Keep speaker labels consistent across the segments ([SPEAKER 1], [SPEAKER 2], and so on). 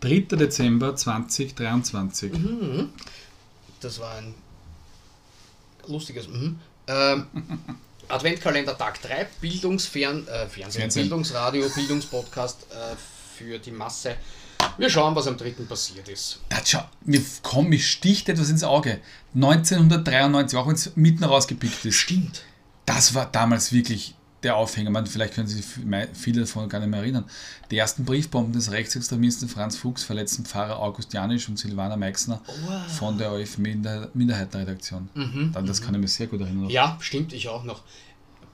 [SPEAKER 1] 3. Dezember 2023.
[SPEAKER 2] Mhm. Das war ein lustiges mhm. ähm, Adventkalender Tag 3, Bildungsfern, äh, Fernsehen,
[SPEAKER 1] Fernsehen.
[SPEAKER 2] Bildungsradio, Bildungspodcast äh, für die Masse. Wir schauen, was am 3. passiert ist.
[SPEAKER 1] Das schau, mir, komm, mir sticht etwas ins Auge. 1993, auch wenn es mitten rausgepickt ist.
[SPEAKER 2] Stimmt.
[SPEAKER 1] Das war damals wirklich der Aufhänger. Man, vielleicht können sich mei- viele davon gar nicht mehr erinnern. Die ersten Briefbomben des Rechtsextremisten Franz Fuchs verletzten Pfarrer August Janisch und Silvana Meixner von der OF-Minderheitenredaktion. Dann, das kann ich mir sehr gut erinnern.
[SPEAKER 2] Mhm. Ja, stimmt, ich auch noch.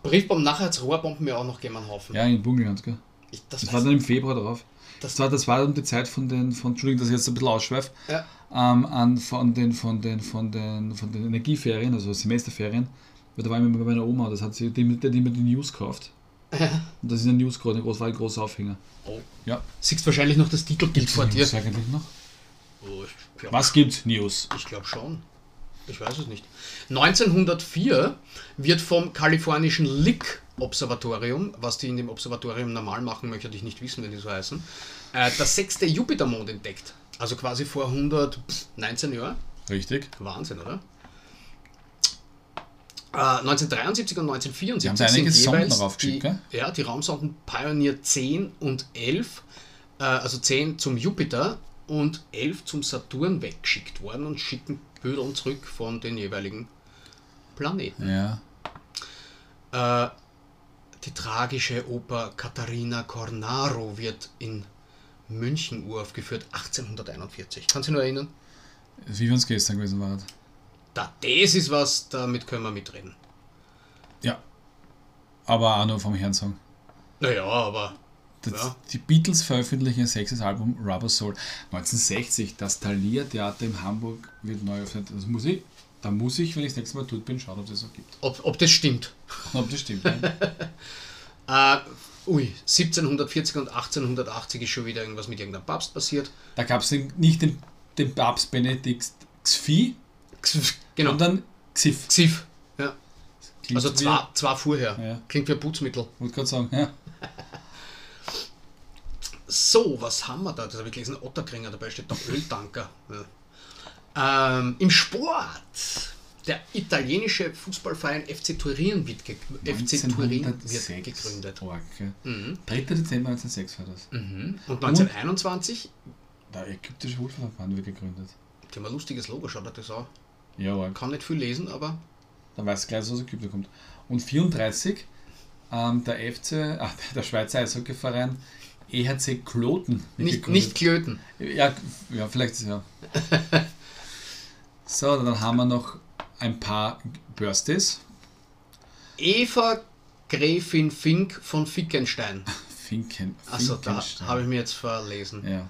[SPEAKER 2] Briefbomben, nachher hat's Rohrbomben mir auch noch gegeben, einen Haufen.
[SPEAKER 1] Ja, in Bungeland, gell?
[SPEAKER 2] Ich, das
[SPEAKER 1] Das
[SPEAKER 2] weiß
[SPEAKER 1] war dann im Februar drauf.
[SPEAKER 2] Das-
[SPEAKER 1] Das war, das war um die Zeit von den, von, Entschuldigung, dass ich jetzt ein bisschen ausschweife,
[SPEAKER 2] Ja.
[SPEAKER 1] ähm, an, von, den, von, den, von, den, von den Energieferien, also Semesterferien, weil da war ich immer bei meiner Oma, das hat sie, die, die, die mir die News gekauft. Und das ist eine News geworden, das war ein großer Aufhänger.
[SPEAKER 2] Oh.
[SPEAKER 1] Ja.
[SPEAKER 2] Siehst wahrscheinlich noch das Titelbild vor dir.
[SPEAKER 1] News eigentlich noch?
[SPEAKER 2] Oh, ja,
[SPEAKER 1] Was gibt's? News.
[SPEAKER 2] Ich glaube schon. Ich weiß es nicht. 1904 wird vom kalifornischen Lick Observatorium, was die in dem Observatorium normal machen, möchte ich nicht wissen, wenn die so heißen, äh, das sechste Jupitermond entdeckt. Also quasi vor 119 Jahren.
[SPEAKER 1] Richtig.
[SPEAKER 2] Wahnsinn, oder? Äh, 1973 und
[SPEAKER 1] Sie
[SPEAKER 2] 1974
[SPEAKER 1] haben da einige
[SPEAKER 2] sind
[SPEAKER 1] Sonden
[SPEAKER 2] jeweils
[SPEAKER 1] raufgeschickt,
[SPEAKER 2] die,
[SPEAKER 1] gell?
[SPEAKER 2] Ja, die Raumsonden Pioneer 10 und 11, äh, also 10 zum Jupiter und 11 zum Saturn weggeschickt worden und schicken Bödeln zurück von den jeweiligen Planeten.
[SPEAKER 1] Ja.
[SPEAKER 2] Äh, die tragische Oper Katharina Cornaro wird in München uraufgeführt, 1841. Kannst du dich noch erinnern?
[SPEAKER 1] Wie wir uns gestern gewesen waren.
[SPEAKER 2] Da, das ist was, damit können wir mitreden.
[SPEAKER 1] Ja. Aber auch nur vom Herrn Song.
[SPEAKER 2] Naja, aber
[SPEAKER 1] Das,
[SPEAKER 2] Ja.
[SPEAKER 1] Die Beatles veröffentlichen ihr sechstes Album Rubber Soul 1960. Das Thalia Theater in Hamburg wird neu eröffnet. Das muss ich, da muss ich, wenn ich das nächste Mal tot bin, schauen, ob das noch gibt.
[SPEAKER 2] ob, ob das stimmt.
[SPEAKER 1] Ob das stimmt. ne?
[SPEAKER 2] Äh, ui, 1740 und 1880 ist schon wieder irgendwas mit irgendeinem Papst passiert.
[SPEAKER 1] da gab es nicht den, den Papst Benedikt Xvi,
[SPEAKER 2] Xf, Genau.
[SPEAKER 1] sondern Xif.
[SPEAKER 2] Xif. Ja.
[SPEAKER 1] Klingt
[SPEAKER 2] Also
[SPEAKER 1] wie-
[SPEAKER 2] zwei, zwei vorher.
[SPEAKER 1] Ja.
[SPEAKER 2] Klingt wie ein Putzmittel.
[SPEAKER 1] Wollte gerade sagen, ja.
[SPEAKER 2] So, was haben wir da? Das habe ich gelesen. Otterkringer, dabei steht doch Öltanker. Ja. Ähm, Im Sport. Der italienische Fußballverein FC Turin wird, ge FC Turin wird
[SPEAKER 1] 1906.
[SPEAKER 2] gegründet. Mhm.
[SPEAKER 1] Org, gell? 3. Dezember 1906 war das.
[SPEAKER 2] Und 1921,
[SPEAKER 1] Der ägyptische Wohlfahrtsverband wird gegründet.
[SPEAKER 2] die haben ein lustiges Logo, schaut euch das an.
[SPEAKER 1] Ja, Org.
[SPEAKER 2] Kann nicht viel lesen, aber
[SPEAKER 1] Dann weiß gleich, was aus Ägypten kommt. Und 34, ähm, der FC, ach, der Schweizer Eishockeyverein EHC Kloten. wird
[SPEAKER 2] nicht,
[SPEAKER 1] gegründet.
[SPEAKER 2] nicht klöten.
[SPEAKER 1] Ja, ja vielleicht, ja. so, dann haben wir noch ein paar Birthdays.
[SPEAKER 2] Eva Gräfin Fink von Fickenstein.
[SPEAKER 1] Finken.
[SPEAKER 2] Also da
[SPEAKER 1] Finkenstein.
[SPEAKER 2] habe ich mir jetzt verlesen.
[SPEAKER 1] Ja,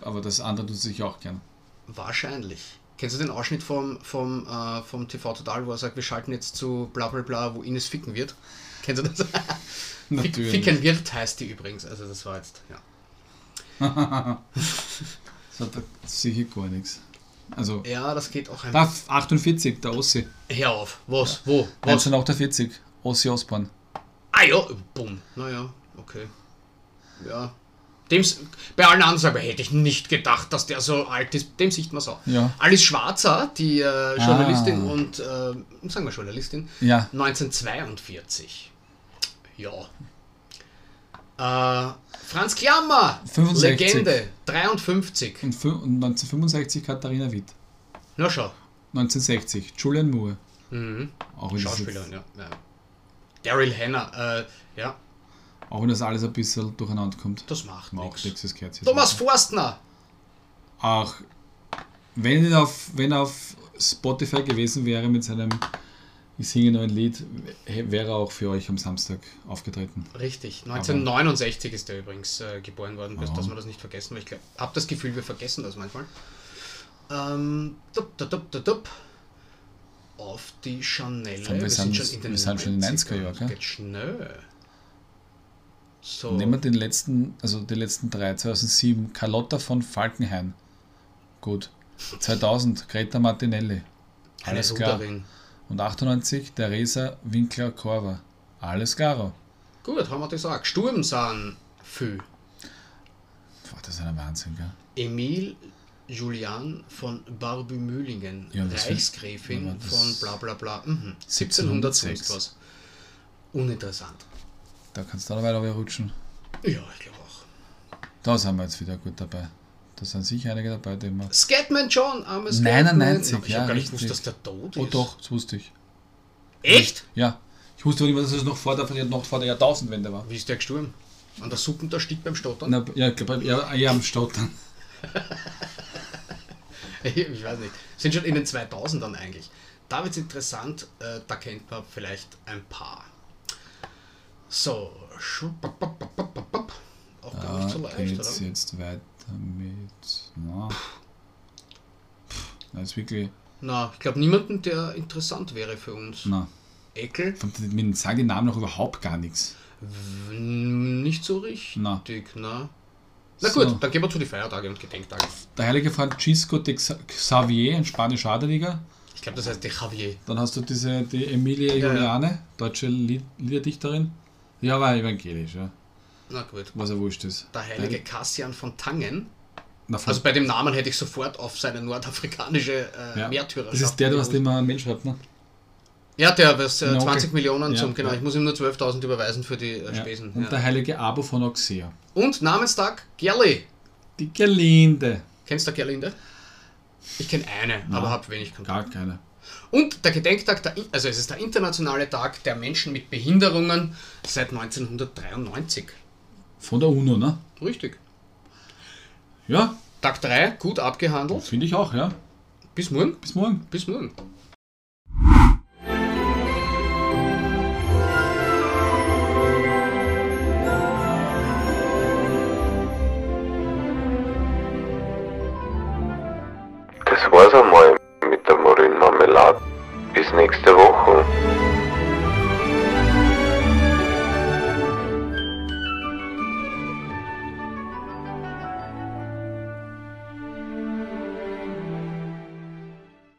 [SPEAKER 1] aber das andere tut sich auch gern.
[SPEAKER 2] Wahrscheinlich. Kennst du den Ausschnitt vom, vom, äh, vom TV Total, wo er sagt, wir schalten jetzt zu bla bla bla, wo Ines ficken wird? Kennst du das? Fick,
[SPEAKER 1] Natürlich.
[SPEAKER 2] ficken wird heißt die übrigens. Also das war jetzt, ja.
[SPEAKER 1] Das hat da sicher gar nichts. Also,
[SPEAKER 2] Ja, das geht auch ein...
[SPEAKER 1] da 48, der Ossi.
[SPEAKER 2] Hör auf. Äh. Was? Wo? Was?
[SPEAKER 1] 1948, Ossi Osborn.
[SPEAKER 2] Ah ja, bumm. Naja, okay. Ja. Dem's, bei allen anderen sagen wir, hätte ich nicht gedacht, dass der so alt ist. Dem sieht man es auch.
[SPEAKER 1] Ja. Ah.
[SPEAKER 2] Alice Schwarzer, die äh, Journalistin und, äh, sagen wir Journalistin,
[SPEAKER 1] Ja,
[SPEAKER 2] 1942. Ja. Äh, Franz Klammer,
[SPEAKER 1] 65.
[SPEAKER 2] Legende, 53.
[SPEAKER 1] und fün- und 1965 Katharina Witt.
[SPEAKER 2] Na schau, Mhm.
[SPEAKER 1] 1960, Julian Moore. Auch, wenn Oh, das
[SPEAKER 2] Schauspielerin,
[SPEAKER 1] jetzt,
[SPEAKER 2] ja. ja. Daryl Hannah, äh, ja,
[SPEAKER 1] auch wenn das alles ein bisschen durcheinander kommt.
[SPEAKER 2] ne? das macht
[SPEAKER 1] Auch
[SPEAKER 2] nichts.
[SPEAKER 1] Texas Kerze.
[SPEAKER 2] Thomas Forstner,
[SPEAKER 1] Auch wenn er, auf, wenn er auf Spotify gewesen wäre mit seinem Ich singe nur ein Lied, hä- wäre er auch für euch am Samstag aufgetreten.
[SPEAKER 2] Richtig, 1969 ist er übrigens äh, geboren worden, dass, dass wir das nicht vergessen, weil ich habe das Gefühl, wir vergessen das manchmal. Ähm, dup, dup, dup, dup, dup. Auf die Chanel.
[SPEAKER 1] wir sind- wir sind schon in den 90er Jahren, gell?
[SPEAKER 2] Geht schnell. So,
[SPEAKER 1] Nehmen wir den letzten, also die letzten drei, 2007, Carlotta von Falkenhayn. Gut. 2000, Greta Martinelli.
[SPEAKER 2] eine
[SPEAKER 1] alles klar.
[SPEAKER 2] Ruderin.
[SPEAKER 1] Und 98, Theresa Winkler-Korver. Alles klaro.
[SPEAKER 2] Gut, haben wir das auch. Sturmsan Fü.
[SPEAKER 1] Boah, das ist ein Wahnsinn, gell?
[SPEAKER 2] Emil Julian von Barbümühlingen,
[SPEAKER 1] Ja, das will- aber
[SPEAKER 2] Reichsgräfin
[SPEAKER 1] das-
[SPEAKER 2] von bla bla bla. Mhm. 1700 sonst
[SPEAKER 1] 1706.
[SPEAKER 2] was. Uninteressant.
[SPEAKER 1] Da kannst du auch noch weiter rutschen.
[SPEAKER 2] Ja, ich glaube auch.
[SPEAKER 1] Da sind wir jetzt wieder gut dabei. Da sind sicher einige dabei, die immer.
[SPEAKER 2] Scatman John, armer Scatman.
[SPEAKER 1] 99,
[SPEAKER 2] Ich
[SPEAKER 1] ja,
[SPEAKER 2] habe gar nicht
[SPEAKER 1] richtig.
[SPEAKER 2] gewusst, dass der tot ist.
[SPEAKER 1] Oh doch, das wusste ich.
[SPEAKER 2] Echt?
[SPEAKER 1] Ja. Ich wusste aber nicht, dass es noch vor der, noch vor der Jahrtausendwende war.
[SPEAKER 2] Wie ist der gestorben? An der Suppen der Stieg beim Stottern?
[SPEAKER 1] Na, ja, ich glaube, ja, ja, am Stottern.
[SPEAKER 2] Ich weiß nicht. Sind schon in den 2000ern eigentlich. Da wird es interessant, äh, da kennt man vielleicht ein paar. So. schwuppapapapapap. Auch gar nicht so
[SPEAKER 1] Da
[SPEAKER 2] leicht,
[SPEAKER 1] geht's
[SPEAKER 2] oder?
[SPEAKER 1] jetzt weiter mit. Na. Pff, Das ist wirklich.
[SPEAKER 2] Na, ich glaube niemanden, der interessant wäre für uns.
[SPEAKER 1] Na.
[SPEAKER 2] Eckel?
[SPEAKER 1] Von denen sagen die Namen noch überhaupt gar nichts.
[SPEAKER 2] W- Nicht so richtig,
[SPEAKER 1] Na.
[SPEAKER 2] na. Na
[SPEAKER 1] So.
[SPEAKER 2] gut, dann gehen wir zu den Feiertagen und Gedenktagen.
[SPEAKER 1] Der heilige Francisco de Xa- Xavier, ein spanischer Adeliger.
[SPEAKER 2] Ich glaube, das heißt de Javier.
[SPEAKER 1] Dann hast du diese die Emilie
[SPEAKER 2] Ja, ja.
[SPEAKER 1] Juliane, deutsche Lied Liederdichterin. Ja, war evangelisch, ja.
[SPEAKER 2] Na gut.
[SPEAKER 1] was er wurscht ist.
[SPEAKER 2] Der heilige Cassian von Tangen.
[SPEAKER 1] Na, voll.
[SPEAKER 2] Also bei dem Namen hätte ich sofort auf seine nordafrikanische äh,
[SPEAKER 1] ja.
[SPEAKER 2] Märtyrerschaft
[SPEAKER 1] Das ist der, der was
[SPEAKER 2] gewusst.
[SPEAKER 1] dem man einen Mensch schreibt, ne?
[SPEAKER 2] Ja, der was äh,
[SPEAKER 1] Ja, okay.
[SPEAKER 2] 20 Millionen
[SPEAKER 1] Ja,
[SPEAKER 2] zum, genau.
[SPEAKER 1] ja.
[SPEAKER 2] Ich muss ihm nur 12.000 überweisen für die äh,
[SPEAKER 1] Ja.
[SPEAKER 2] Spesen.
[SPEAKER 1] Und
[SPEAKER 2] Ja.
[SPEAKER 1] der heilige Abo von Auxerre.
[SPEAKER 2] Und Namenstag Gerli.
[SPEAKER 1] Die Gelinde.
[SPEAKER 2] Kennst du Gerlinde? Ich kenne eine, aber habe wenig Kontakt.
[SPEAKER 1] Gar keine.
[SPEAKER 2] Und der Gedenktag, der, In- also es ist der internationale Tag der Menschen mit Behinderungen seit 1993.
[SPEAKER 1] Von der UNO, ne?
[SPEAKER 2] Richtig.
[SPEAKER 1] Ja,
[SPEAKER 2] Tag 3, gut abgehandelt.
[SPEAKER 1] finde ich auch, ja.
[SPEAKER 2] Bis morgen.
[SPEAKER 1] Bis morgen.
[SPEAKER 2] Bis morgen.
[SPEAKER 3] Das war's einmal mit der Marin Marmelade. Bis nächste Woche.